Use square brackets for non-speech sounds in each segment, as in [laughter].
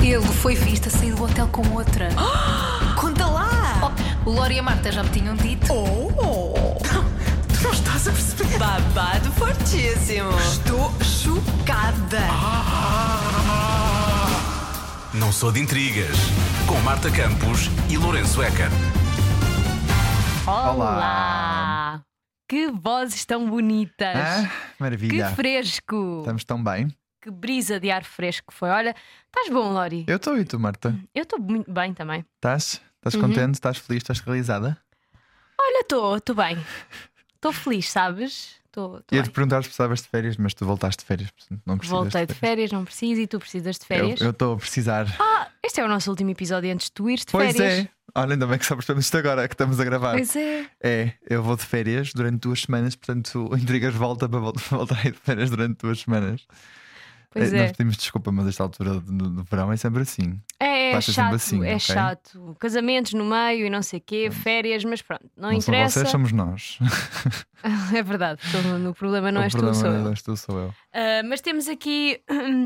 Ele foi visto a sair do hotel com outra. Conta lá! Oh, o Lori e a Marta já me tinham [laughs] dito. Oh! Tu não estás a perceber? Babado fortíssimo! Estou chocada. Não sou de intrigas. Com Marta Campos e Lourenço Eker. Olá! Que vozes tão bonitas! Ah, que maravilha. fresco! Estamos tão bem. Que brisa de ar fresco foi. Olha, estás bom, Lori? Eu estou e tu, Marta? Eu estou muito bem também. Estás? Uhum. Estás contente? Estás feliz? Estás realizada? Olha, estou, estou bem. Estou feliz, sabes? Estou estou Ia-te bem. perguntar se precisavas de férias, mas tu voltaste de férias, portanto não precisas. Voltei de férias, não preciso, e tu precisas de férias. Eu- Eu estou a precisar. Ah, este é o nosso último episódio antes de tu ires de pois férias. é. Olha, ainda bem que só percebemos isto agora que estamos a gravar. Pois é. É, eu vou de férias durante duas semanas, portanto o Intrigas volta para vol- [laughs] voltar a ir de férias durante duas semanas. Pois Eh, é. Nós pedimos desculpa, mas esta altura do, do verão é sempre assim. É, é Basta sempre chato, assim, é ok? chato. Casamentos no meio e não sei quê, férias, mas pronto, não, não são interessa. vocês, somos nós. [laughs] É verdade, todo- o problema não [laughs] o és tu, problema sou eu. não é és tu, sou eu. Ah, mas temos aqui. [coughs]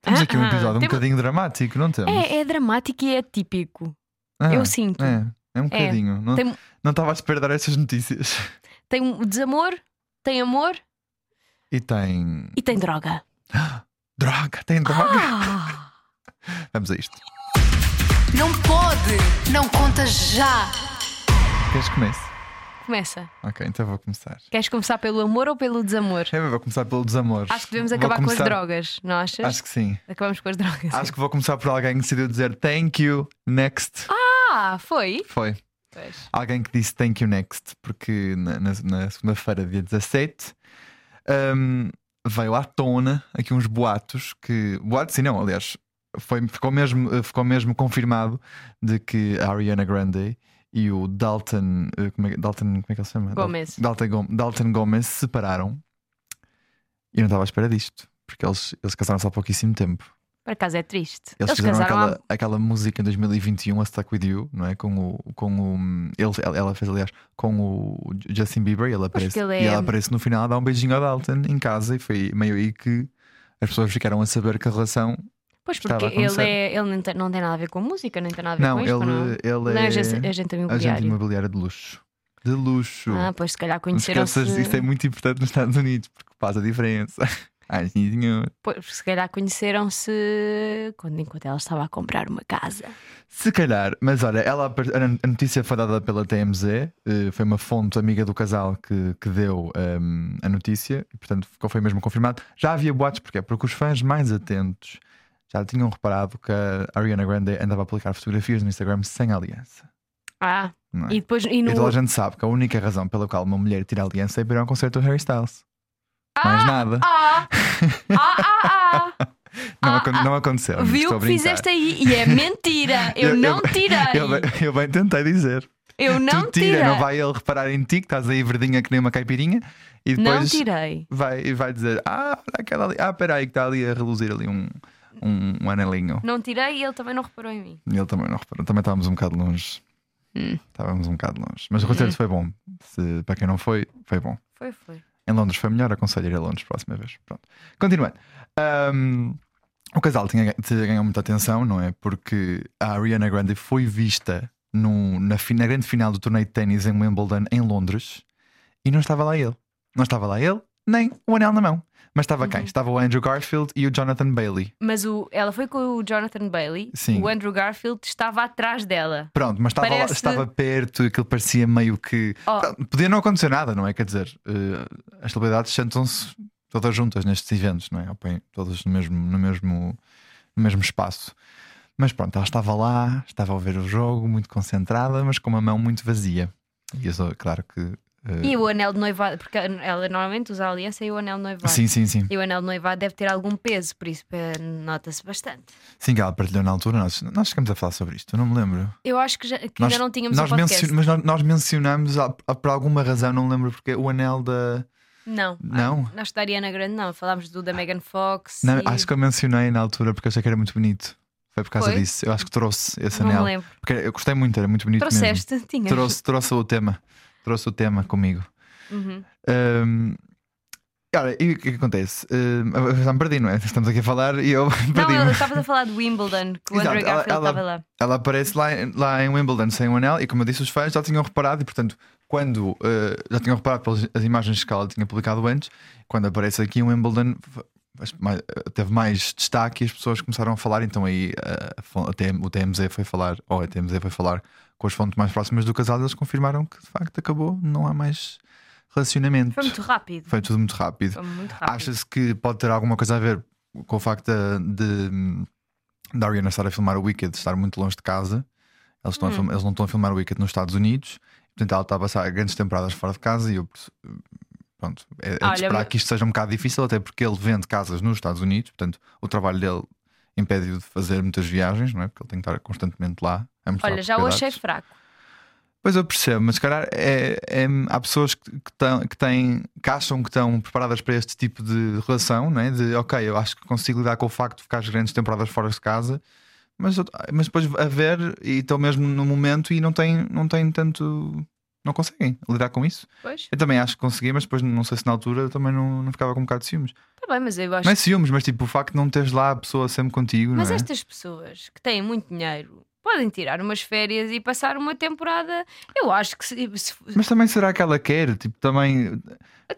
Temos aqui um Ah, episódio um temos- bocadinho dramático, não temos? É, é dramático e é típico. Ah, eu sinto. É, é um bocadinho. Não Tem- não estava a esperar dar essas notícias. [laughs] Tem um desamor, tem amor E tem. e tem droga. Droga, tem droga. Ah, Vamos a isto. Não pode! Não conta já! Queres que comece? [laughs] começa. Ok, então vou começar. Queres começar pelo amor ou pelo desamor? Eu vou começar pelo desamor. Acho que devemos Vou acabar com começar- as drogas, não achas? Acho que sim. Acabamos com as drogas. Acho que vou começar por alguém que decidiu dizer thank you next. [laughs] Ah, foi? Foi. Pois. Alguém que disse thank you next, porque na, na- na segunda-feira, dia 17, hum, veio à tona aqui uns boatos que. Boatos, sim, não, aliás, foi, ficou, mesmo, eh, ficou mesmo confirmado de que a Ariana Grande e o Dalton. eh, Como é, que- Dalton como é que ele se chama? Gomez. Dalton, Gom- Dalton Gomez se separaram. E eu não estava à espera disto, porque eles, eles casaram-se há pouquíssimo tempo. Por acaso é triste. Eles, fizeram casaram aquela, aquela música em 2021, a Stuck With You, não é? Com o. Com o ele- ela, ela fez, aliás, com o Justin Bieber e, ele aparece, que ele é- e ela aparece no final, dá um beijinho ao Dalton em casa e foi meio aí que as pessoas ficaram a saber que a relação. Pois Estava porque a ele, acontecer. é, ele não, tem, não tem nada a ver com música, nem tem nada a ver Não, com isto, ele, não. ele Não, é. agente, agente agente imobiliário. imobiliário de luxo. De luxo. Ah, pois se calhar Não conheceram-se. esqueças, isso é muito importante nos Estados Unidos, porque faz a diferença. [laughs] Ai, sim, Pois, se calhar conheceram-se quando enquanto ela estava a comprar uma casa. Se calhar, mas olha, ela, apare- a notícia foi dada pela TMZ, eh, foi uma fonte amiga do casal que, que deu ehm, a notícia, e portanto ficou- foi mesmo confirmado. Já havia boatos, porquê? Porque os fãs mais atentos já tinham reparado que a Ariana Grande andava a publicar fotografias no Instagram sem aliança. Ah, não é? e depois e no E toda a gente sabe que a única razão pela qual uma mulher tira aliança é para ir a um concerto do Harry Styles. Mais nada. Ah! Ah, ah, [laughs] ah! não, ah, acon- não aconteceu. Viu estou o a que brincar. fizeste aí? E é [laughs] mentira! Eu, Eu- não tirei! Eu, bem- eu bem tentei dizer. Eu não tu tira, tirei! não vai ele reparar em ti, que estás aí verdinha que nem uma caipirinha, e Não depois tirei! vai, e vai dizer: Ah, olha aquela ali, ah, peraí, que está ali a reluzir ali um, um, um anelinho. Não tirei e ele também não reparou em mim. E ele também não reparou, também estávamos um bocado longe. Hum. Estávamos um bocado longe. Mas o concerto foi bom. Se- para quem não foi, foi bom. Foi, foi. Em Londres foi melhor, aconselho ir a Londres próxima vez. Pronto. Continuando. Ahm, o casal tinha, tinha ganhado muita atenção, não é? Porque a Ariana Grande foi vista no- na, fi- na grande final do torneio de ténis em Wimbledon, em Londres, e não estava lá ele. Não estava lá ele, nem o anel na mão. Mas estava quem? Estava o Andrew Garfield e o Jonathan Bailey. Mas o, ela foi com o Jonathan Bailey, Sim. o Andrew Garfield estava atrás dela. Pronto, mas estava, lá- Parece- estava perto, aquilo parecia meio que. Oh. Pronto, podia não acontecer nada, não é? Quer dizer, eh, as celebridades sentam-se todas juntas nestes eventos, não é? Ou põem todas no mesmo, no, mesmo, no mesmo espaço. Mas pronto, ela estava lá, estava a ver o jogo, muito concentrada, mas com uma mão muito vazia. E eu sou, claro que. eh, E o anel de noivado, porque ela normalmente usa a aliança e o anel de noivado. Sim, sim, sim. E o anel de noivado deve ter algum peso, por isso eh, nota-se bastante. Sim, que ela partilhou na altura. Nós, nós chegamos a falar sobre isto, eu não me lembro. Eu acho que, já, que ainda não tínhamos nós o podcast. mencio- Mas nós, nós mencionamos, ah, por alguma razão, não me lembro porque, o anel da. Não. Não? Ah. Ah, Nós da Ariana Grande não, falámos do da Megan Fox. Não, e- acho que eu mencionei na altura porque eu achei que era muito bonito. Foi por causa Foi? disso. Eu acho que trouxe esse Não me anel. lembro. Porque eu gostei muito, era muito bonito Trouxeste? mesmo. Tinhas. Trouxe, trouxe o tema. Trouxe o tema comigo. Uhum. Ahm, Ora, e o que é que acontece? Uh, já me perdi, não é? [laughs] Estamos aqui a falar e eu [laughs] Não, perdi. ela estava a falar de Wimbledon, que o Exato, Andrew ela- Garfield ela- estava lá. Ela aparece lá, em- lá em Wimbledon sem o anel e, como eu disse, os fãs já tinham reparado e, portanto, quando eh, já tinham reparado pelas as imagens que ela tinha publicado antes, quando aparece aqui em Wimbledon, f- acho que mais- eh, teve mais destaque e as pessoas começaram a falar. Então, aí eh, a fo- a TM o TMZ foi falar, ou a TMZ foi falar com as fontes mais próximas do casal e eles confirmaram que, de facto, acabou, não há mais relacionamento. Foi muito rápido. Foi tudo muito rápido. Foi muito [laughs] rápido. Achas que pode ter alguma coisa a ver com o facto da- de, de, a Ariana estar a filmar o Wicked, estar muito longe de casa? Eles, Hum. estão a film- eles não estão a filmar o Wicked nos Estados Unidos, portanto ela está a passar grandes temporadas fora de casa e eu. perce- Pronto, é, é de Olha, esperar mas- que isto seja um bocado difícil, até porque ele vende casas nos Estados Unidos, portanto o trabalho dele impede-o de fazer muitas viagens, não é? Porque ele tem que estar constantemente lá a mostrar Olha, já é o propriedades. achei fraco. Pois eu percebo, mas se calhar é, é- há pessoas que, que, tão- que têm, que acham que estão preparadas para este tipo de relação, não é? de ok, eu acho que consigo lidar com o facto de ficar as grandes temporadas fora de casa, mas, eu- mas depois a ver e estão mesmo no momento e não têm, não têm tanto. não conseguem lidar com isso. Pois. Eu também acho que consegui, mas depois não sei se na altura eu também não, não ficava com um bocado de ciúmes. Está Tá bem, mas eu acho Não é ciúmes, mas tipo o facto de não teres lá a pessoa sempre contigo, Mas não é? estas pessoas que têm muito dinheiro podem tirar umas férias e passar uma temporada. Eu acho que se. se- Mas também será que ela quer? Tipo, também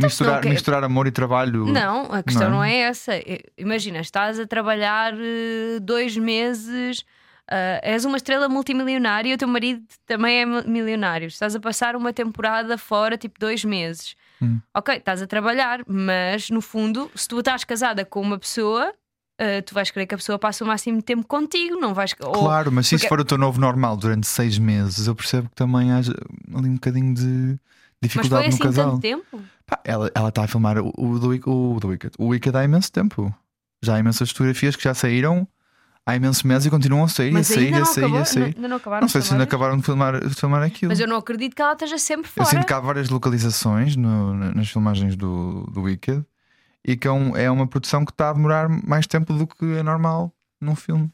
misturar, quer. misturar amor e trabalho. Então, Não, a questão Não. não, é essa. Eh, Imagina, estás a trabalhar eh, dois meses, ah, és uma estrela multimilionária e o teu marido também é mi- milionário. Estás a passar uma temporada fora, tipo dois meses. Hum. Ok, estás a trabalhar, mas no fundo, se tu estás casada com uma pessoa. ah, tu vais querer que a pessoa passe o máximo de tempo contigo, não vais. ou- Claro, mas se isso porque- for o teu novo normal durante seis meses, eu percebo que também haja ali um bocadinho de mas foi dificuldade assim no casal. tanto tempo? Pá, ela está a filmar o, o, do Wick- o do Wicked. O Wicked há imenso tempo. Já há imensas fotografias que já saíram há imensos meses e continuam a sair, Mas a sair, ainda a não sair, acabou? a sair. Ainda não acabaram Não sei as se ainda chamadas? acabaram de filmar, de filmar aquilo. Mas eu não acredito que ela esteja sempre fora. Eu sinto que há várias localizações no- na- nas filmagens do, do Wicked e que é, um- é uma produção que está a demorar mais tempo do que é normal num filme,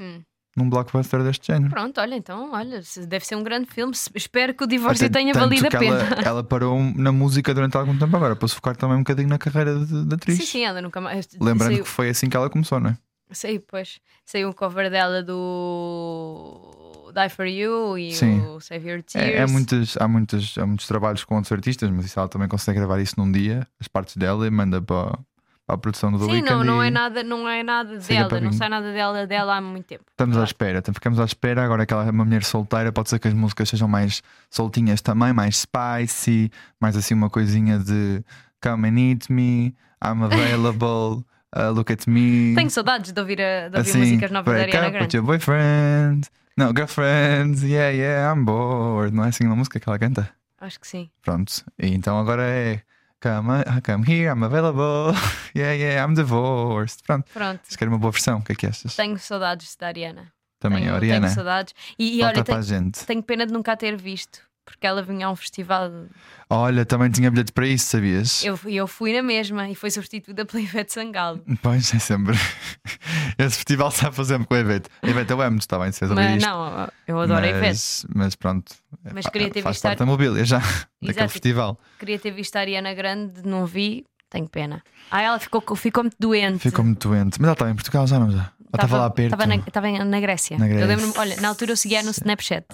Hum. num blockbuster deste género. Pronto, olha, então, olha, se- deve ser um grande filme. Se- Espero que o divórcio Até tenha tanto valido a que ela- pena. [laughs] [laughs] Ela, parou na música durante algum tempo agora, para se focar também um bocadinho na carreira de, de atriz. Sim, sim, ela nunca mais. Lembrando saiu, que foi assim que ela começou, não é? saiu, pois. Saiu o cover dela do Die for You e Sim. o Save Your Tears. É, é muitas, há, muitas, há muitos trabalhos com outros artistas, mas isso ela também consegue gravar isso num dia, as partes dela, e manda para, para a produção do The Sim, Weeknd não, não e é nada, não é nada Siga dela, para não mim. sai nada dela dela há muito tempo. Estamos à espera, então ficamos à espera. Agora que ela é uma mulher solteira, pode ser que as músicas sejam mais soltinhas também, mais spicy, mais assim uma coisinha de come and eat me, I'm available, [laughs] uh, look at me. Tenho saudades de ouvir, a- de ouvir assim, músicas novas da break Ariana up with Grande. your boyfriend. Não, girlfriend, yeah, yeah, I'm bored. Não é assim uma música que ela canta? Acho que sim. Pronto. E então agora é come, come here, I'm available. [laughs] Yeah, yeah, I'm divorced. Pronto. Pronto. Se quer uma boa versão, o que é que achas? Tenho saudades da Ariana. Também, tenho, a Ariana. Tenho saudades. E, e volta olha, para tenho, a gente. tenho pena de nunca a ter visto, porque ela vinha a um festival Olha, também tinha bilhete para isso, sabias? Eu, eu fui na mesma e foi substituída pela Ivete Sangalo. Pois, é sempre. [laughs] Esse festival sabe fazer sempre com a Ivete. A Ivete, eu amo-te, é está bem, se és a ouvir Mas isto. não, eu adoro a Ivete. mas, mas pronto. Mas fa- queria ter faz visto parte a- da mobília já, [laughs] daquele Exato. festival. Queria ter visto a Ariana Grande, não vi, tenho pena. Ah, ela ficou, ficou muito doente. Ficou muito doente. Mas ela estava em Portugal já, não já? Ela estava lá perto. Estava na, estava em- na Grécia. Na Eu Grécia. lembro-me, olha, na altura eu seguia no Snapchat.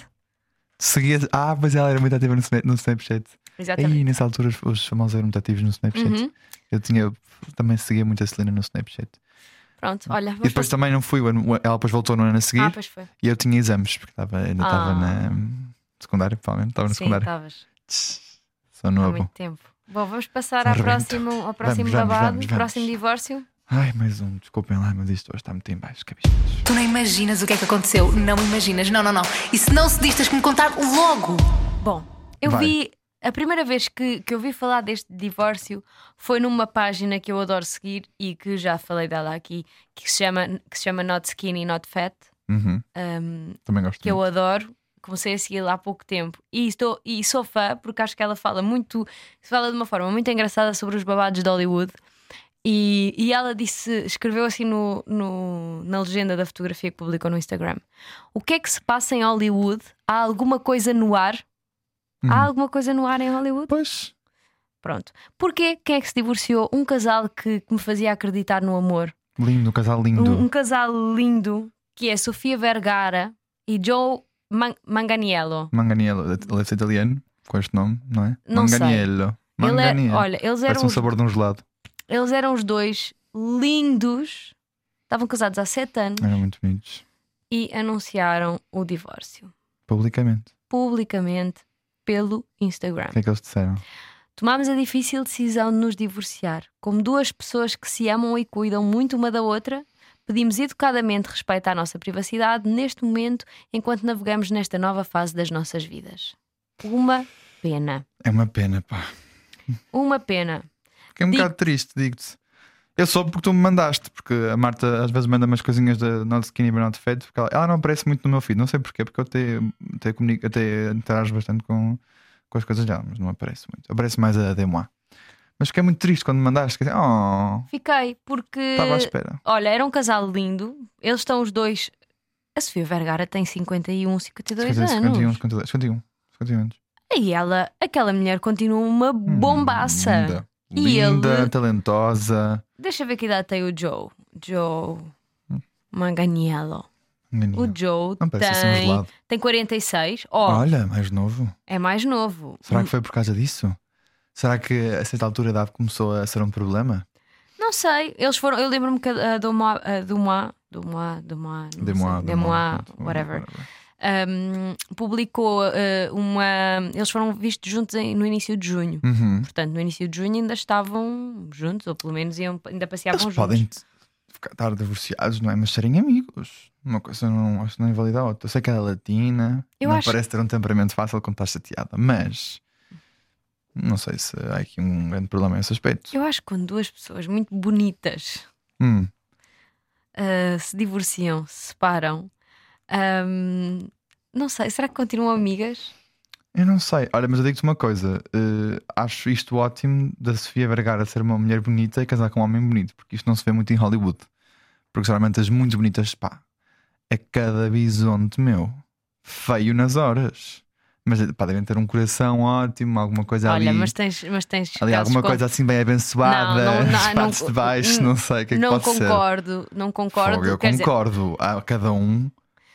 Seguia... Ah, pois ela era muito ativa no, Sna- no Snapchat. Exatamente. Aí, nessa altura, os- os famosos eram muito ativos no Snapchat. Uhum. Eu tinha. eu Também seguia muito a Celina no Snapchat. Pronto, olha, Ah, e vamos depois passar- também não fui. o ano- o- Ela depois voltou no ano a seguir Ah, pois foi. e eu tinha exames, porque estava, ainda estava Ah. na secundária, provavelmente. Estava na Sim, secundária. estavas. Tch, Sou Há novo. muito tempo. Bom, vamos passar Só à arrebento. próximo, ao próximo então. Vamos, vamos, babado, vamos, vamos. próximo divórcio. Ai, mais um. Desculpem lá, mas isto hoje está muito em baixo. cabeças. Tu não imaginas o que é que aconteceu. Não imaginas. Não, não, não. E se não se diz, tens que me contar logo. Bom, eu Vai. vi. A primeira vez que, que eu vi falar deste divórcio foi numa página que eu adoro seguir e que já falei dela aqui, que se chama, que se chama Not Skinny, Not Fat, Uhum. um, Também gosto. que eu adoro. Comecei a segui-la há pouco tempo e, estou, e sou fã porque acho que ela fala muito, fala de uma forma muito engraçada sobre os babados de Hollywood. E, e ela disse, escreveu assim no, no- na legenda da fotografia que publicou no Instagram: O que é que se passa em Hollywood? Há alguma coisa no ar? muito. Há Uhum. alguma coisa no ar em Hollywood? Pois. Pronto. Porquê? Quem é que se divorciou? Um casal que, que me fazia acreditar no amor. Lindo, casal lindo. Um, um casal lindo que é Sofia Vergara e Joe Man- Manganiello. Manganiello, deve ser italiano, com este nome, não é? Não sei. Manganiello. Ele é- Manganiello. olha, eles Parece eram, um os, sabor de um gelado. eles eram os dois lindos, estavam casados há sete anos Eram muito bonitos. e anunciaram o divórcio Publicamente. publicamente pelo Instagram. O que é que eles disseram? Tomámos a difícil decisão de nos divorciar. Como duas pessoas que se amam e cuidam muito uma da outra, pedimos educadamente respeito à nossa privacidade neste momento enquanto navegamos nesta nova fase das nossas vidas. Uma pena. É uma pena, pá. Uma pena. Fiquei um Digo- bocado triste, digo-te. Eu soube porque tu me mandaste, porque a Marta às vezes manda umas coisinhas da Not Skinny But Not Fed, porque ela, ela não aparece muito no meu feed, não sei porquê, porque eu até, até, comunico, até interajo bastante com, com as coisas dela, mas não aparece muito. Aparece mais a Demois. Mas fiquei muito triste quando me mandaste, fiquei assim, oh, Fiquei porque. estava à espera. Olha, era um casal lindo. Eles estão os dois. A Sofia Vergara tem 51, 52 anos. 51, 52, 51, 51 anos. E ela, aquela mulher, continua uma bombaça. Hum, Linda, E linda ele- talentosa. Deixa eu ver que idade tem o Joe. Joe Manganiello. O Joe Hum. Não parece assim um tem, gelado. tem 46. Ó, Olha, mais novo. Oh, é mais novo. Será que foi por causa disso? Será que a certa altura a idade começou a ser um problema? Não sei. Eles foram. Eu lembro-me que a Dumois. A Dumois. Dumois. Dumois. não Demora, sei, Dumois, Whatever. um, publicou uh, uma. Eles foram vistos juntos em- no início de junho. Uhum. Portanto, no início de junho ainda estavam juntos, ou pelo menos iam, ainda passeavam Eles juntos. podem ficar- estar divorciados, não é? Mas serem amigos. Uma coisa não, acho que não invalida a outra. Eu sei que ela é latina, Eu não acho- parece ter um temperamento fácil quando está chateada, mas não sei se há aqui um grande problema nesse aspecto. Eu acho que quando duas pessoas muito bonitas Hum, uh, se divorciam, se separam, um, não sei, será que continuam amigas? eu não sei. Olha, mas eu digo-te uma coisa: eh, acho isto ótimo da Sofia Vergara ser uma mulher bonita e casar com um homem bonito, porque isto não se vê muito em Hollywood. Porque geralmente as muito bonitas, pá, é cada bisonte meu. Feio nas horas. Mas pá, devem ter um coração ótimo, alguma coisa Olha, ali. mas tens, mas tens ali casos alguma com- coisa assim bem abençoada, Não, não, não, as partes não- hum, de baixo, não sei o que é que não pode ser. concordo, não concordo. Fogo, eu quer dizer, concordo. A cada um.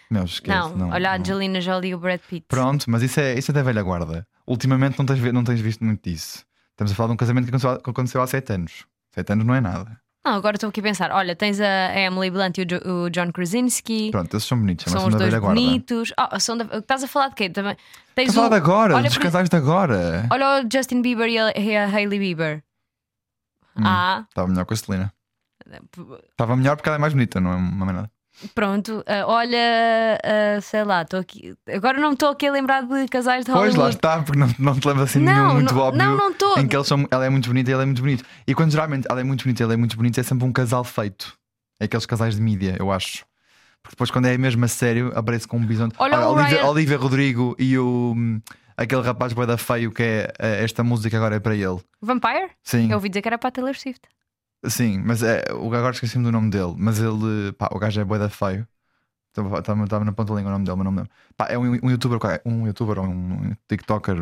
Meu, esquece, não, olha a não. Angelina Jolie e o Brad Pitt. Pronto, mas isso é, isso é da velha guarda. Ultimamente não tens, vi- não tens visto muito disso. Estamos a falar de um casamento que aconteceu, que aconteceu há 7 anos. 7 anos não é nada. Não, agora estou aqui a pensar. Olha, tens a Emily Blunt e o, Jo- o John Krasinski. Pronto, esses são bonitos, são chamam-se os da dois velha guarda. bonitos. Ah, são da- Estás a falar de quê? Também... Tens Estou a falar de o... agora, Olha, dos por- casais de agora. Olha o Justin Bieber e a, e a Hailey Bieber. Hum. Ah, Estava melhor com a Celina. p- Estava melhor porque ela é mais bonita, não é uma manada. pronto. Ah, olha, ah, sei lá, estou aqui. Agora não me estou aqui a lembrar de casais de Hollywood. Pois lá está, porque não, não te lembro assim de nenhum não, muito não, óbvio. não, não estou. Em que eles são, ela é muito bonita e ele é muito bonito. E quando geralmente ela é muito bonita e ele é muito bonito, é sempre um casal feito. É aqueles casais de mídia, eu acho. Porque depois, quando é mesmo a sério, aparece com um bisonte. Olha o Olivia, Ryan- Olivia Rodrigo e o. hum, Aquele rapaz boeda feio que é eh, esta música agora é para ele. Vampire? Sim, Eu ouvi dizer que era para a Taylor Swift. sim, mas é, o- agora esqueci-me do nome dele. Mas ele, pá, o gajo é boeda feio. Estava na ponta da língua o nome dele, mas não me lembro. Pá, é um, um youtuber, qual é? um youtuber ou um TikToker,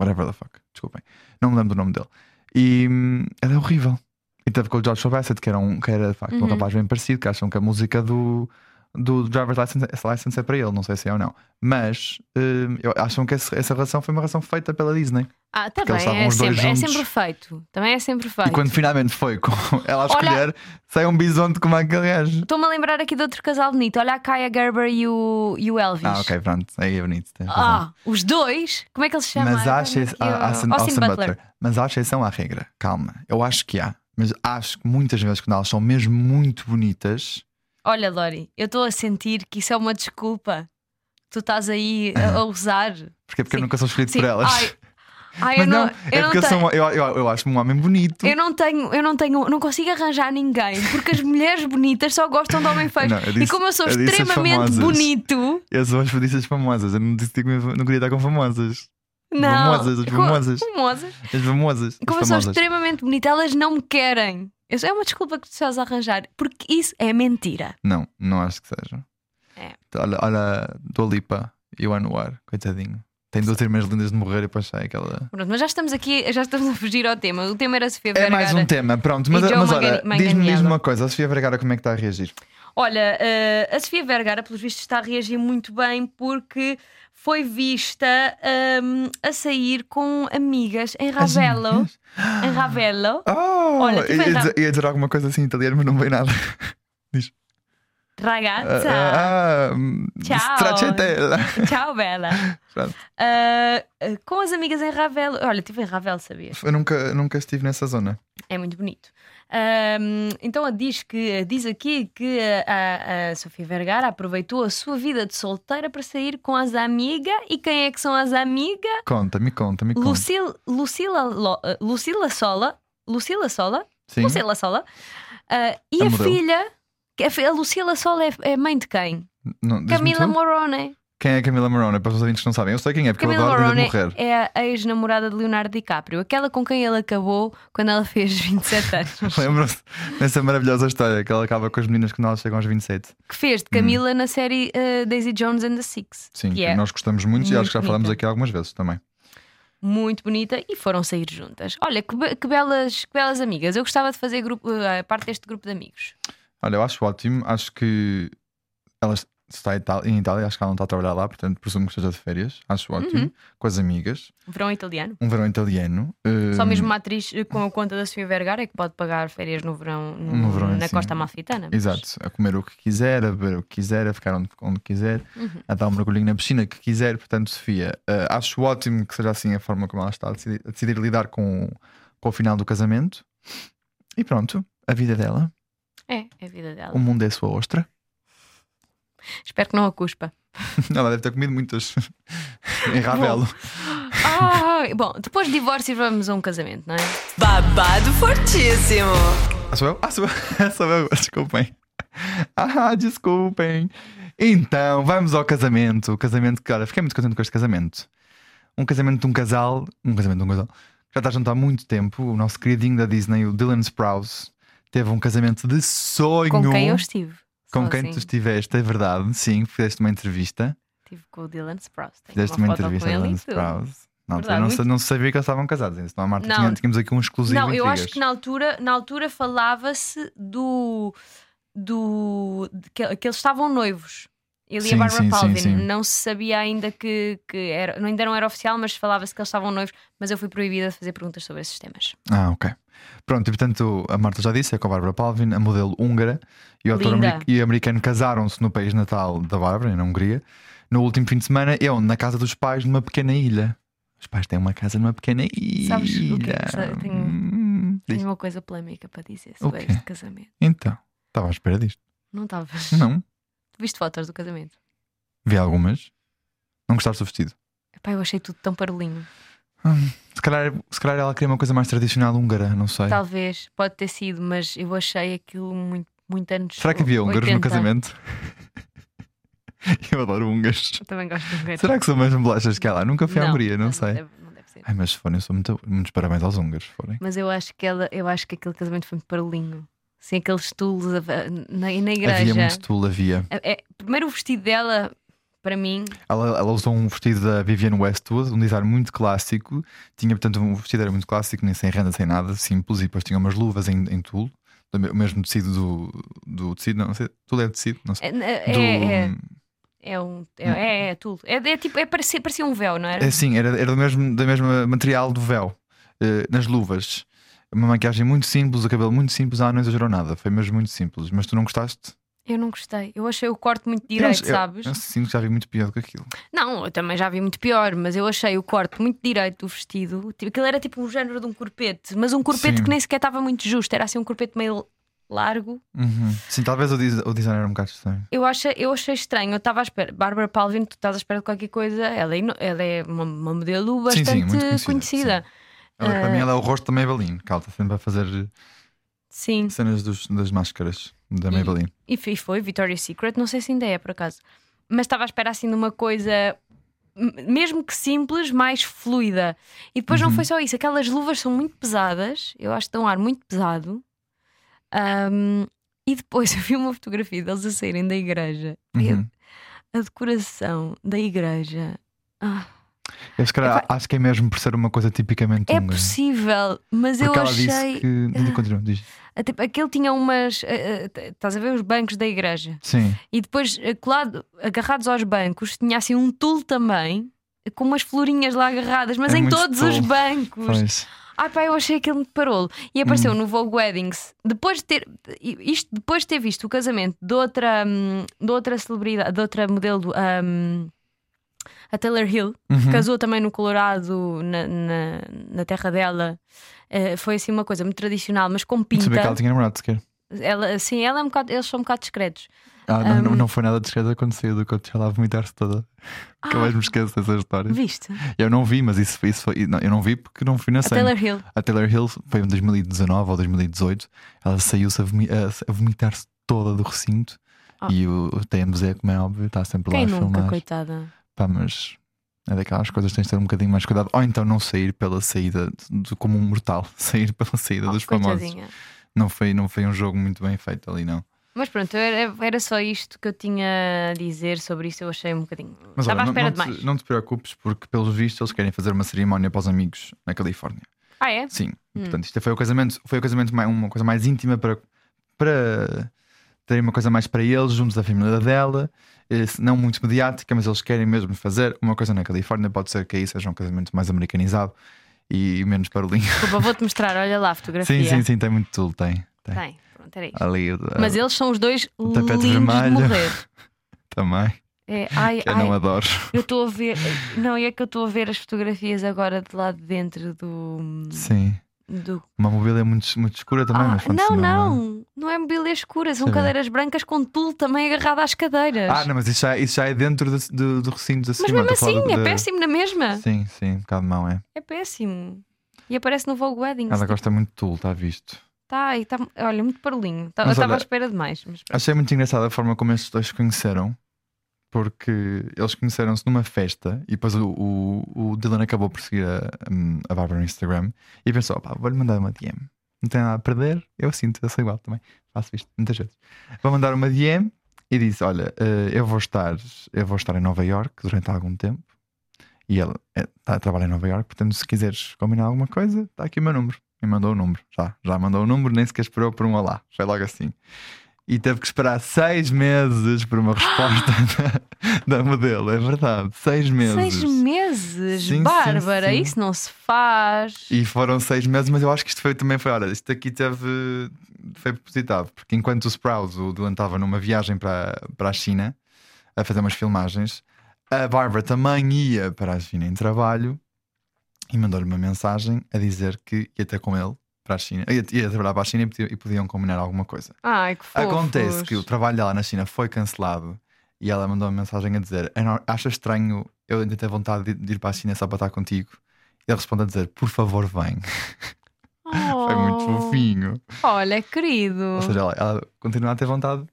whatever the fuck, desculpem. Não me lembro do nome dele. E hum, ele é horrível. E teve com o George Bassett, que era, um, que era de facto um Uhum. rapaz bem parecido, que acham que a música do, do Driver's License, essa license é para ele, não sei se é ou não. Mas hum, eu- acham que esse- essa relação foi uma relação feita pela Disney. Ah, eles estavam também é os dois sempre, é juntos. sempre feito. Também é sempre feito. E quando finalmente foi com [laughs] ela a Olha- escolher, sai um bisonte como aquele gajo. Estou-me a lembrar aqui de outro casal bonito. Olha a Kaya Gerber e o, e o Elvis. Ah, ok, pronto. Aí é bonito. Tens razão. Ah, os dois? Como é que eles se chamam? Mas Agora há exce- aqui, há- há ó. Austin, Austin Austin Butler. Mas há exceção à regra. Calma. Eu acho que há. Mas acho que muitas vezes quando elas são mesmo muito bonitas. Olha, Lori, eu estou a sentir que isso é uma desculpa. Tu estás aí a, a usar. Porque é porque eu Sim. nunca sou escolhido Sim. por elas. Ai, ai, eu [laughs] mas não, não, é eu, não porque eu, sou tenho, um- eu, eu, eu acho-me um homem bonito. eu não tenho, eu não tenho, não consigo arranjar ninguém, porque as mulheres bonitas só gostam de homem feio. Não, eu disse- e como eu sou eu disse as extremamente famosas. bonito, Eu sou as fodidas famosas. Eu não disse que não queria estar com famosas. não. Famosas, as Co- famosas. famosas. As famosas. Como eu as sou famosas. extremamente bonita, elas não me querem. Isso é uma desculpa que tu estás a arranjar, porque isso é mentira. Não, não acho que Então, seja. É. Olha, olha Dua Lipa e o Anuar, coitadinho. Tem duas irmãs lindas de morrer e depois sai aquela. Pronto, mas já estamos aqui, já estamos a fugir ao tema. O tema era Sofia É Vergara. mais um tema, pronto. Mas, E Joe mas olha, Mangani- diz-me diz Manganiello. Tá uma coisa: a Sofia Vergara, como é que está a reagir? Olha, eh, a Sofia Vergara, pelos vistos, está a reagir muito bem porque foi vista ehm, a sair com amigas em Ravelo. amigas? Em Ravelo. Assim, Oh, Olha, ia, tive ia a- dizer, ia dizer alguma coisa assim em italiano, mas não veio [laughs] nada. Ragazza. Ah, ah, hum, Tchau. stracciatella. [laughs] Tchau, Bela. Pronto. Ah, ah, com as amigas em Ravelo. Olha, estive em Ravelo, sabias? Eu nunca, nunca estive nessa zona. É muito bonito. Ahm, então diz, que, diz aqui que a, a Sofia Vergara aproveitou a sua vida de solteira para sair com as amigas. E quem é que são as amigas? Conta, me conta, me conta. Lucil, Lucila, Lo- ah, Lucila Sola. Lucila Sola. Sim. Lucila Sola. Ah, e A a, modelo. filha. que A, fi- a Lucila Sola é, é mãe de quem? Não, diz-me Camila tu? Morone. Quem é Camila Morone? Para os ouvintes que não sabem, eu sei quem é, porque Camila eu adoro Morone vida de morrer. é a ex-namorada de Leonardo DiCaprio, aquela com quem ele acabou quando ela fez 27 [laughs] anos. Lembram-se dessa maravilhosa história que ela acaba com as meninas que nós chegam aos 27. que fez de Camila na série eh, Daisy Jones and the Six. Hum. Sim, que que é nós gostamos muito, e acho muito que já falámos bonita. aqui algumas vezes também. muito bonita e foram sair juntas. Olha, que, be- que belas, que belas amigas. Eu gostava de fazer grupo, eh, parte deste grupo de amigos. Olha, eu acho ótimo, acho que ela está em Itália, em Itália, acho que ela não está a trabalhar lá, portanto presumo que esteja de férias. Acho Uhum. ótimo, com as amigas, Verão italiano. um verão italiano. Só hum, mesmo uma atriz eh, com a conta da Sofia Vergara é que pode pagar férias no verão, no- No verão, na sim. Costa Amalfitana. mas- Exato, a comer o que quiser, a beber o que quiser, a ficar onde, onde quiser, Uhum. a dar um mergulhinho na piscina que quiser. Portanto, Sofia, eh, acho ótimo que seja assim a forma como ela está a decidir, a decidir lidar com, com o final do casamento. E pronto, a vida dela, É, é a vida dela. o mundo é a sua ostra. [laughs] Espero que não a cuspa. Ela deve ter comido muitas [laughs] em Ravelo. Ah, [laughs] bom, depois de divórcio vamos a um casamento, não é? Babado fortíssimo. Ah, sou eu? Ah, sou eu? [laughs] sou eu, desculpem. [laughs] Ah, desculpem. Então, vamos ao casamento. O casamento que, olha, fiquei muito contente com este casamento. Um casamento de um casal, um casamento de um casal, que já está junto há muito tempo. O nosso queridinho da Disney, o Dylan Sprouse, teve um casamento de sonho. Com quem eu estive. um. Com Só quem assim. tu estiveste, é verdade. Sim, fizeste uma entrevista. Estive com o Dylan Sprouse. Tenho Fizeste uma, uma, foto entrevista com a ele Dylan e tudo. Sprouse. Não, Verdade, eu não, muito- sa- não sabia que eles estavam casados é ainda. Senão a Marta Não. tinha, tínhamos aqui um exclusivo. Não, em eu acho Figas. que na altura, na altura falava-se do. do de que, que eles estavam noivos. Ele e Sim, a Barbara sim, sim, Palvin. sim. Não se sabia ainda que, que era. Não, ainda não era oficial, mas falava-se que eles estavam noivos. Mas eu fui proibida de fazer perguntas sobre esses temas. Ah, ok. Pronto, e portanto, a Marta já disse, é com a Bárbara Palvin, a modelo húngara e o ator Linda. ameri- e americano casaram-se no país natal da Bárbara, na Hungria, no último fim de semana, e onde? Na casa dos pais, numa pequena ilha. Os pais têm uma casa numa pequena ilha. Sabes o que é que sa- tenho- Hum, diz. Tenho uma coisa polémica para dizer O sobre quê? este casamento. Então, estava à espera disto. Não estavas? Não, [laughs] Viste fotos do casamento? vi algumas. Não gostaste do vestido. Epá, eu achei tudo tão parolinho. Se calhar, se calhar ela queria uma coisa mais tradicional húngara, não sei. Talvez, pode ter sido, mas eu achei aquilo muito, muito anos. Será que havia húngaros no 80. casamento? [laughs] eu adoro húngaros. Eu também gosto de um húngaro. Será que são mesmo bolachas que há lá? Nunca fui à Hungria, não, sei. deve- não deve ser. Ai, mas se forem, eu sou muito, muitos parabéns aos húngaros. se Forem. Mas eu acho que ela, eu acho que aquele casamento foi muito parolinho. Sem aqueles tulos a- na, na Havia igreja. muito tule, havia. É- é- primeiro o vestido dela, para mim, Ela, ela usou um vestido da Vivienne Westwood, um design muito clássico. Tinha, portanto, um vestido era muito clássico, nem sem renda, sem nada, simples. E depois tinha umas luvas em, em tule, do me- o mesmo tecido do, do tecido, não, não sei, tule é tecido, não sei. é, é, Do- é, é um. É, é, é tudo. É, é tipo, é parecia, parecia um véu, não era? É, sim, era, era do mesmo, do mesmo material do véu, eh, nas luvas. Uma maquiagem muito simples, o cabelo muito simples. Ah, não exagerou nada, foi mesmo muito simples. Mas tu não gostaste? Eu não gostei. Eu achei o corte muito Eu direito, acho- eu- sabes? Eu, sinto que já vi muito pior do que aquilo. Não, eu também já vi muito pior, mas eu achei o corte muito direito do vestido. Tipo, aquilo era tipo um género de um corpete, mas um corpete Sim. que nem sequer estava muito justo. Era assim um corpete meio largo. Uhum. Sim, talvez o, dis- o design era um bocado estranho. Eu achei, eu achei estranho, eu estava à espera. Bárbara Palvin, tu estás à espera de qualquer coisa. Ela é, ino- ela é uma, uma modelo Sim, sim, bastante muito conhecida, conhecida. Ela, Ah. Para mim, ela é o rosto da Maybelline. que Ela está sempre a fazer Sim. cenas dos- das máscaras da Maybelline. E fi- foi Victoria's Secret, não sei se ainda é por acaso. Mas estava à espera assim de uma coisa, m- mesmo que simples, mais fluida. E depois Uhum. não foi só isso, aquelas luvas são muito pesadas, eu acho que dão um ar muito pesado. Ahm, e depois [laughs] eu vi uma fotografia deles a saírem da igreja. E Uhum. a decoração da igreja. Ah, Eu se calhar acho que é mesmo por ser uma coisa tipicamente É húngara. possível, mas Porque eu ela achei. disse que. Diz, continua, diz. Ah, tipo, aquele tinha umas. ah, ah, Estás a ver os bancos da igreja? Sim. E depois, ah, colado, agarrados aos bancos, tinha assim um tule também, com umas florinhas lá agarradas, mas É em muito todos tolo. os bancos. Pois. Ai pá, eu achei aquilo muito parolo. E apareceu Hum. no Vogue Weddings. Depois de ter, isto, depois de ter visto o casamento de outra, hum, de outra celebridade, de outra modelo, hum, a Taylor Hill, Uhum. que casou também no Colorado, na, na, na terra dela. Eh, foi assim uma coisa muito tradicional, mas com Não pinta. sabia que ela tinha namorado sequer. Ela, sim, ela é um bocado, eles são um bocado discretos. Ah, não, Um, não, não foi nada discreto acontecido que eu te lá a vomitar-se toda. Ah. Que eu mais me esqueço dessa história. Viste? Eu não vi, mas isso, isso foi. não, eu não vi porque não fui na A cena. Taylor Hill. A Taylor Hill foi em 2019 ou 2018. Ela saiu-se a, vomi- a- a vomitar-se toda do recinto. Ah. E o, o TMZ, como é óbvio, está sempre Quem lá a nunca, filmar. coitada? Pá, mas é daquelas coisas que tens de ter um bocadinho mais cuidado. Ou então não sair pela saída, de- como um mortal, [laughs] sair pela saída Oh, é dos famosos. coitadinha. Não foi, não foi um jogo muito bem feito ali, não. Mas pronto, era, era só isto que eu tinha a dizer sobre isso. Eu achei um bocadinho. Mas Estava olha, à não, espera não de mais. te, não te preocupes, porque pelos vistos eles querem fazer uma cerimónia para os amigos na Califórnia. Ah, é? Sim, portanto, isto foi o casamento, foi o casamento mais, uma coisa mais íntima para, para terem uma coisa mais para eles, juntos da família dela, eh, se não muito mediática, mas eles querem mesmo fazer uma coisa na Califórnia. Pode ser que aí seja um casamento mais americanizado e menos barulhinho. Desculpa, vou-te mostrar. Olha lá a fotografia. [laughs] Sim, sim, sim, tem muito tudo, tem. tem. Tem, pronto, era isto. Ali eh, o- é. Mas eles são os dois o um tapete lindos de vermelho. morrer. também, É, ai, que eu não ai, adoro. [laughs] eu estou a ver. Não, é que eu estou a ver as fotografias agora de lá de dentro do. Sim. do... Uma mobília muito, muito escura também, Ah, mas pronto, não, se não, não é mobília escura, são Sei bem. cadeiras brancas com tule também agarrado às cadeiras. Ah, não, mas isso já, isso já é dentro do, do, do recinto da Mas cerimónia, mesmo estou a falar assim, do- é da- péssimo na mesma. Sim, sim, um bocado de mão, é. É péssimo. E aparece no Vogue Weddings. tipo, Ela gosta muito de Tool, está visto. Tá, e tá, olha, muito parolinho. Tá- eu Mas estava à olha- espera demais. Mas... Achei muito engraçada a forma como estes dois se conheceram, porque eles conheceram-se numa festa e depois o, o, o Dylan acabou por seguir a, a Bárbara no Instagram e pensou: pá, vou-lhe mandar uma DM. Não tem nada a perder, eu sinto, eu sou igual também, faço isto muitas vezes. Vou mandar uma DM e disse: Olha, eh, eu vou estar, eu vou estar em Nova York durante algum tempo. E ele eh, tá- trabalha em Nova York, portanto, se quiseres combinar alguma coisa, está aqui o meu número. E mandou o número, já, já mandou o número, nem sequer esperou por um olá. Foi logo assim. E teve que esperar seis meses por uma resposta [laughs] da, da modelo, é verdade. Seis meses. Seis meses, Sim, sim, Bárbara, sim. isso não se faz. E foram seis meses, mas eu acho que isto foi, também foi, olha, isto aqui teve. Foi propositado, porque enquanto o Sprouse, o Dylan, estava numa viagem para, para a China a fazer umas filmagens, a Barbara também ia para a China em trabalho e mandou-lhe uma mensagem a dizer que ia ter com ele para a China, ia, ia trabalhar para a China e, podia- e podiam combinar alguma coisa. Ai, que fofos. Acontece que o trabalho dela na China foi cancelado e ela mandou uma mensagem a dizer: "Eu não- Acha estranho eu ainda ter vontade de, de ir para a China só para estar contigo? E ele responde a dizer: Por favor, vem. Oh, [laughs] Foi muito fofinho. Olha, querido. Ou seja, ela, ela continua a ter vontade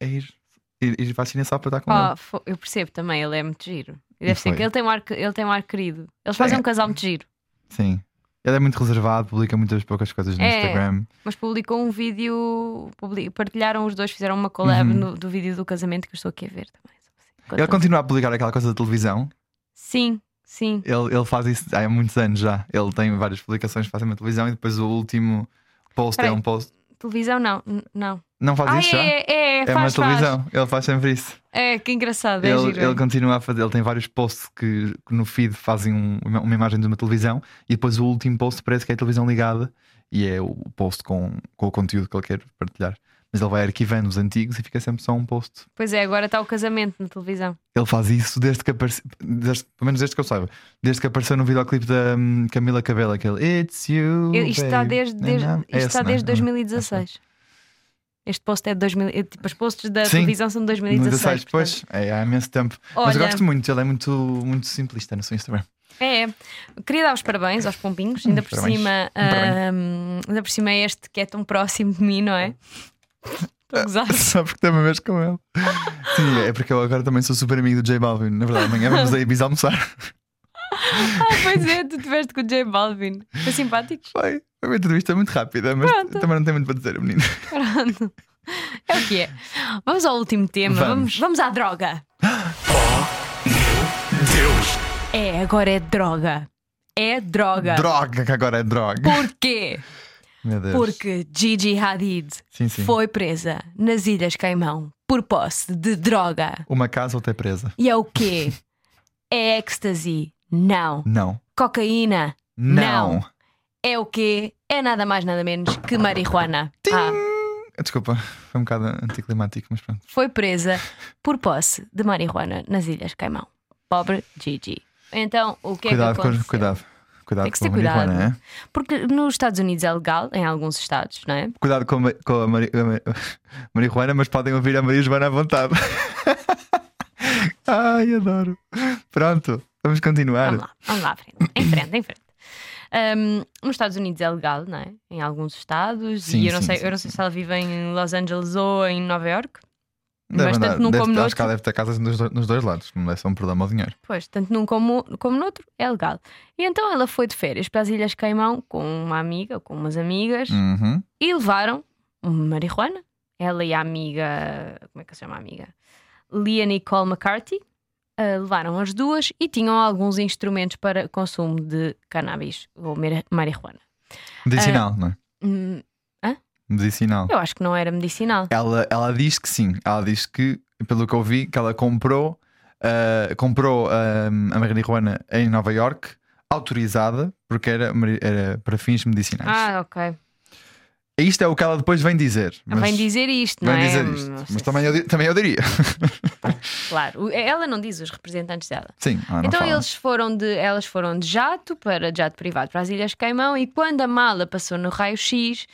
a ir, ir, ir para a China só para estar com Pá, ele. fo- eu percebo também, ele é muito giro. E Deve ser foi. que ele tem, um ar, que- ele tem um ar querido. Eles fazem Tem. um casal muito giro. Sim. Ele é muito reservado, publica muitas poucas coisas no É. Instagram. Mas publicou um vídeo, publi- partilharam os dois, fizeram uma collab Uhum. no- do vídeo do casamento que eu estou aqui a ver também. assim. é. Ele continua a publicar aquela coisa da televisão. Sim, sim. Ele, ele faz isso há muitos anos já. Ele tem várias publicações que fazem na televisão e depois o último post Peraí. é um post. Televisão não, n- não. Não faz Ah, isso já? é, é, é, É uma faz, faz. televisão, ele faz sempre isso. É, que engraçado, é Ele, giro. ele continua a fazer, ele tem vários posts que, que no feed fazem um- uma, uma imagem de uma televisão e depois o último post parece que é a televisão ligada e é o post com, com o conteúdo que ele quer partilhar. Mas ele vai arquivando os antigos e fica sempre só um post. Pois é, agora está o casamento na televisão. Ele faz isso desde que apareceu, desde- pelo menos desde que eu saiba, desde que apareceu no videoclipe da hum, Camila Cabello, aquele It's You. Eu- isto está babe." desde, Não, desde, não, isto é esse, está não é? desde Não, não. 2016. Este post é de 2000, é, tipo, os posts da Sim. televisão são de 2016. 2016, pois, é, há imenso tempo. Mas eu Olha. gosto muito, ele é muito, muito simplista no seu Instagram. portanto. É, é. Queria dar os parabéns aos pombinhos, ainda por Parabéns. cima, Um parabéns. ahm, ainda por cima é este que é tão próximo de mim, não [laughs] é? Estou a gozar. Só porque tem uma vez com ele. Sim, é porque eu agora também sou super amigo do J Balvin. Na verdade, amanhã vamos a Ibiza almoçar. [laughs] Ah, [laughs] pois é, tu tiveste com o J Balvin. Foi simpático? Foi. Foi uma entrevista muito rápida, mas Pronto. também não tem muito para dizer, menino. Pronto. É o que é. Vamos ao último tema, Vamos. vamos, vamos à droga. Deus! É, agora é droga. É droga. Droga, que agora é droga. Porquê? Meu Deus. Porque Gigi Hadid Sim, sim. foi presa nas Ilhas Caimão por posse de droga. Uma casa ou até presa? E é o [laughs] quê? é ecstasy? Não. Não. Cocaína? Não. É o quê? É nada mais, nada menos que marihuana. Ah, Desculpa, foi um bocado anticlimático, mas pronto. foi presa por posse de marihuana nas Ilhas Caimão. Pobre Gigi. Então, o que é cuidado, que com, aconteceu? cuidado. Cuidado Tem que se ter com a marihuana, cuidado. é? Porque nos Estados Unidos é legal, em alguns estados, não é? Cuidado com, a ma- com a, mari, a ma- [laughs] marihuana, mas podem ouvir a Maria Joana à vontade. [laughs] Ai, adoro. Pronto, vamos continuar. Vamos lá, vamos lá, à frente. em frente, em frente. Um, nos Estados Unidos é legal, não é? Em alguns estados, Sim, e eu não, sim, sei, sim, eu não sei se ela vive em Los Angeles ou em Nova York. Deve mas andar- tanto num deve- como no acho outro, que ela deve ter casas nos, do- nos dois lados, não é só um problema ao dinheiro. pois, tanto num como, como no outro, é legal. E então ela foi de férias para as Ilhas Caimão com uma amiga, com umas amigas, Uhum. e levaram marihuana. Ela e a amiga, como é que se chama a amiga? Lia Nicole McCarthy. ah, levaram as duas e tinham alguns instrumentos para consumo de cannabis ou mer- marihuana. Medicinal, não é? Hum, Medicinal. Eu acho que não era medicinal. Ela, ela diz que sim. Ela diz que, pelo que eu vi, que ela comprou, ah, comprou ah, a marihuana em Nova York, autorizada, porque era, mari- era para fins medicinais. Ah, ok. Isto é o que ela depois vem dizer. mas- Ah, vem dizer isto, não vem é? dizer Hum, isto. não sei Mas se- também eu, di- também eu diria. [laughs] Claro, O- ela não diz os representantes dela. sim, ela Ah, não então fala. eles foram de, elas foram de jato para jato privado para as Ilhas Caimão e quando a mala passou no raio X,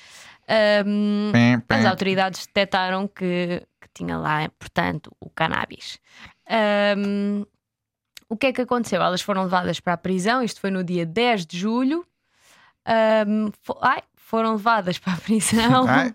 hum, Pim, pim. as autoridades detectaram que, que tinha lá, portanto, o cannabis. Hum, o que é que aconteceu? Elas foram levadas para a prisão, isto foi no dia 10 de julho. Hum, fo- ai, foram levadas para a prisão. Ai,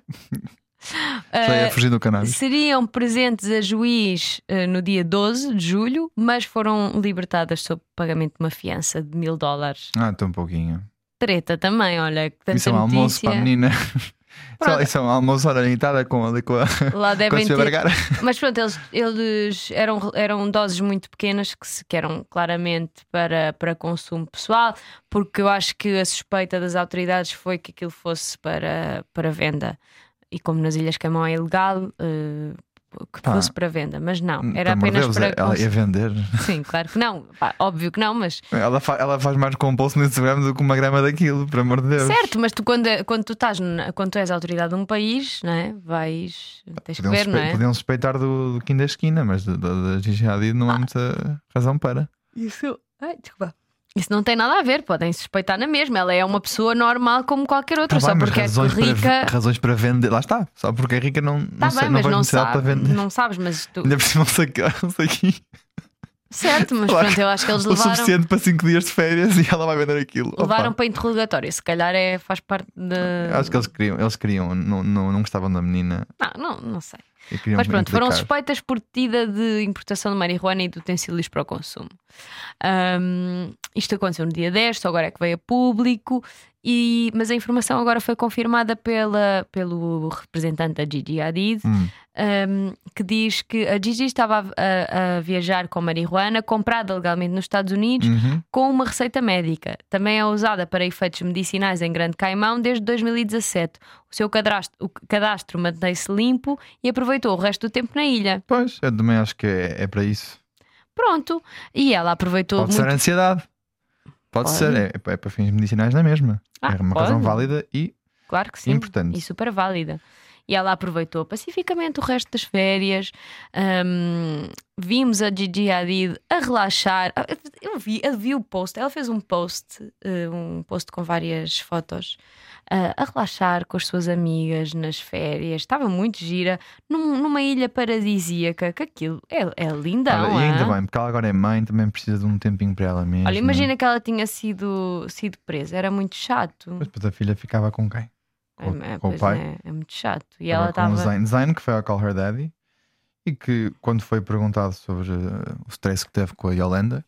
já Eh, ia fugir do canal. Seriam presentes a juiz eh, no dia 12 de julho, mas foram libertadas sob pagamento de uma fiança de mil dólares. Ah, estou um pouquinho. Treta também, olha, que tanta Isso é um almoço notícia. para a menina. Isso Pronto. é- Isso é um almoço orientada com, ali com a, Lá com a devem Sofia ter. Vergara. [laughs] Mas pronto, eles, eles eram, eram doses muito pequenas que, se, que eram claramente para, para consumo pessoal, porque eu acho que a suspeita das autoridades foi que aquilo fosse para, para venda. E como nas Ilhas Camão é ilegal, eh, que Pá. fosse para venda. Mas não, era Pelo amor de apenas Deus, para. ela ia consumo. vender. Sim, claro que não. Pá, óbvio que não, mas. Ela, fa- ela faz mais com um bolso no Instagram do que uma grama daquilo, por amor de Deus. Certo, mas tu quando, quando tu estás na- quando tu és autoridade de um país, não é? Vais. Tens que Podiam, ver, suspe- não é? podiam suspeitar do, do Kim da esquina, mas da, da, da Gigi Hadid não Ah. há muita razão para. Isso. Ai, desculpa. Isso não tem nada a ver, podem suspeitar na mesma. Ela é uma pessoa normal como qualquer outra, Tá só bem, mas porque é razões para, ve- rica. razões para vender. Lá está, só porque é rica não, Está não, sei, bem, não mas vai não, necessidade para sabe, vender. não sabes, mas tu. Ainda por cima, não sei que- não sei aqui. [laughs] Certo, mas Claro. pronto, eu acho que eles o levaram, suficiente para 5 dias de férias [laughs] e ela vai vender aquilo. Opa, levaram para interrogatório. Se calhar é, faz parte de. Acho que eles queriam, eles queriam não, não, não gostavam da menina. Não, não, não sei. E queriam Mas pronto, foram implicar. suspeitas por detida de importação de marihuana e de utensílios para o consumo. Ahm, isto aconteceu no dia 10, só agora é que veio a público, e, mas a informação agora foi confirmada pela, pelo representante da Gigi Hadid, Hum. ahm, que diz que a Gigi estava a, a- a viajar com marihuana comprada legalmente nos Estados Unidos Uhum. com uma receita médica. Também é usada para efeitos medicinais em Grande Caimão desde 2017. O seu cadastro, o cadastro mantém-se limpo e aproveitou o resto do tempo na ilha. Pois, eu também acho que é, é para isso. Pronto. E ela aproveitou Pode ser muito. ansiedade. Pode, Pode. ser, é, é para- é para fins medicinais na mesma. Ah, é uma pode. razão válida e Claro que sim. importante. E super válida. E ela aproveitou pacificamente o resto das férias. Hum, vimos a Gigi Hadid a relaxar. Ah, Eu vi, eu vi o post. Ela fez um post, eh, um post com várias fotos, ah, a relaxar com as suas amigas nas férias. Estava muito gira, num- numa ilha paradisíaca, que aquilo é, é lindão. Olha, e ainda hã? bem, porque ela agora é mãe, também precisa de um tempinho para ela mesma. Olha, imagina que ela tinha sido, sido presa. Era muito chato. Mas depois a filha ficava com quem? Com, É, é, com o pois, pai. né? É muito chato. E Ficava ela com o estava. Zayn, Zayn, que foi ao Call Her Daddy, e que quando foi perguntado sobre eh, o stress que teve com a Yolanda,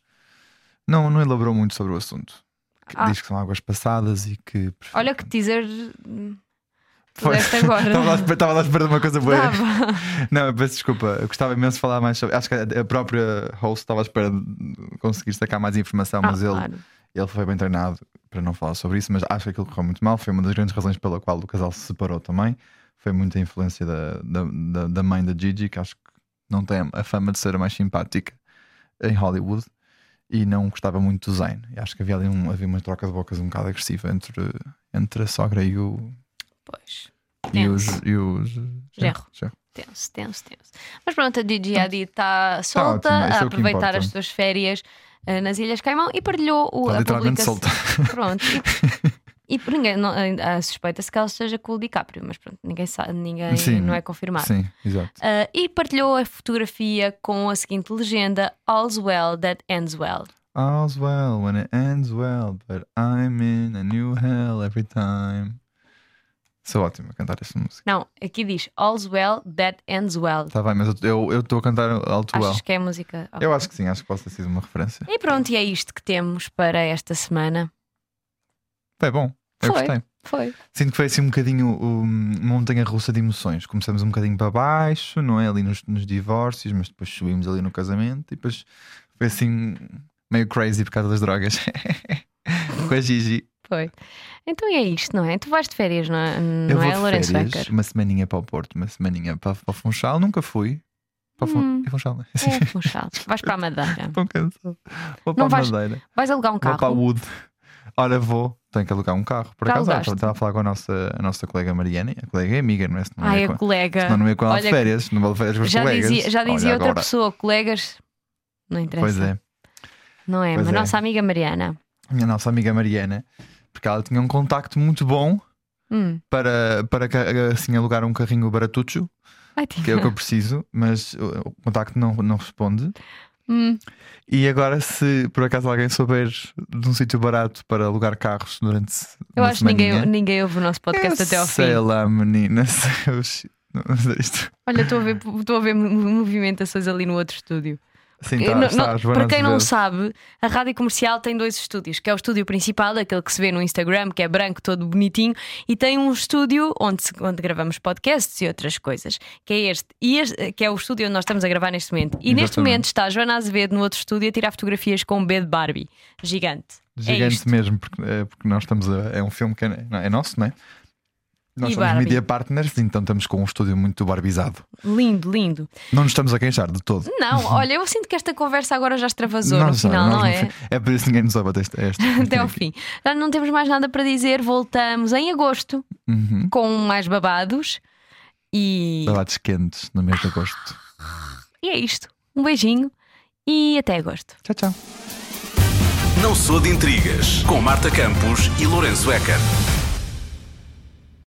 não, não elaborou muito sobre o assunto. Que Ah. Diz que são águas passadas e que. Olha que teaser. Puseste agora. [laughs] Estava lá à espera- Estava lá a esperar uma coisa boa. Estava. Não, eu peço desculpa. Eu gostava imenso de falar mais sobre. Acho que a a própria host estava à espera de conseguir sacar mais informação, Ah, mas ele, claro. ele foi bem treinado para não falar sobre isso. Mas acho que aquilo correu muito mal. Foi uma das grandes razões pela qual o casal se separou também. Foi muita influência da, da, da- da mãe da Gigi, que acho que não tem a fama de ser a mais simpática em Hollywood. E não gostava muito do Zayn. E Acho que havia ali um, havia uma troca de bocas um bocado agressiva entre, entre a sogra e o, Pois. e Tenso. os, e os Genro. genro. Tenso, tenso, tenso. Mas pronto, a Gigi Hadid está solta ótima, Tá. isso é o a que aproveitar importa. as suas férias eh, nas Ilhas Caimão e partilhou o, Está a literalmente publicação. [laughs] solta. Pronto. [laughs] E, e ninguém não, eh, a- a suspeita-se que ela esteja com o DiCaprio, mas pronto, ninguém sabe, ninguém Sim. não é confirmado. Sim, exato. Ah, e partilhou a fotografia com a seguinte legenda: All's well that ends well. All's well when it ends well, but I'm in a new hell every time. Sou ótimo a cantar essa música. Não, aqui diz All's well that ends well. Tá bem, mas eu- eu estou a cantar alto well. Achas que é a música? Eu acho que sim, acho que posso ter sido uma referência. E pronto, e é isto que temos para esta semana. Foi bom, eu Foi. gostei. Foi. Sinto que foi assim um bocadinho um, uma montanha russa de emoções. Começamos um bocadinho para baixo, não é? Ali nos, nos divórcios, mas depois subimos ali no casamento e depois foi assim meio crazy por causa das drogas. [laughs] Com a Gigi. Foi. Então é isto, não é? Tu vais de férias, não é, Eu não vou é de Lourenço férias, Becker? uma semaninha para o Porto, uma semaninha para, para o Funchal, nunca fui. Para o Fun- Hum. é Funchal, não é? É, [laughs] Funchal. Vais para a Madeira. Estou cansado. Vou para a vais Madeira, Vais alugar um vou para a carro. Wood. Ora, vou, tenho que alugar um carro. Por Já acaso, alugaste? estava- estava a falar com a nossa, a nossa colega Mariana, a colega é amiga, não é? Se não Ai, é a com... colega. Não, não é com ela de Olha, férias, não vou de férias com os já colegas. dizia, já Olha, dizia outra agora. pessoa, colegas. Não interessa. Pois é, Não é? Pois Mas é. nossa amiga Mariana. a minha nossa amiga Mariana, porque ela tinha um contacto muito bom Hum. para, para ca- assim, alugar um carrinho baratucho, Ai, tinha. que é o que eu preciso, mas o, o contacto não, não responde. Hum. E agora, se por acaso alguém souber de um sítio barato para alugar carros durante [laughs] Eu uma acho que ninguém, semaninha, É ninguém ouve o nosso podcast eu até ao Sei fim. lá, menina, [laughs] sei- eu sei- não sei isto. Olha, estou a ver, estou a ver mo- movimentações ali no outro estúdio. Sim, Eu tá, não- está não- a Joana para quem não Azevedo. sabe, a rádio comercial tem dois estúdios, que é o estúdio principal, aquele que se vê no Instagram, que é branco, todo bonitinho, e tem um estúdio onde, se- onde gravamos podcasts e outras coisas, que é este, e este- que é o estúdio onde nós estamos a gravar neste momento. E neste Exatamente. momento está a Joana Azevedo no outro estúdio a tirar fotografias com um B de Barbie, gigante. é Gigante isto. mesmo, porque, é, porque nós estamos a, É um filme que é, não, é nosso, não é? Nós E somos Barbie. media partners, então estamos com um estúdio muito barbizado. Lindo, lindo. Não nos estamos a queixar de todo. [laughs] Não, olha, eu sinto que esta conversa agora já extravasou no Nós já- final, nós não no é? fim- É por isso que ninguém nos abate [laughs] este, este, Até ao fim. Já não temos mais nada para dizer. Voltamos em agosto Uhum. com mais babados. E, Sabates quentes no mês de agosto. e é isto. Um beijinho e até agosto. Tchau, tchau. Não sou de intrigas com Marta Campos e Lourenço Eker.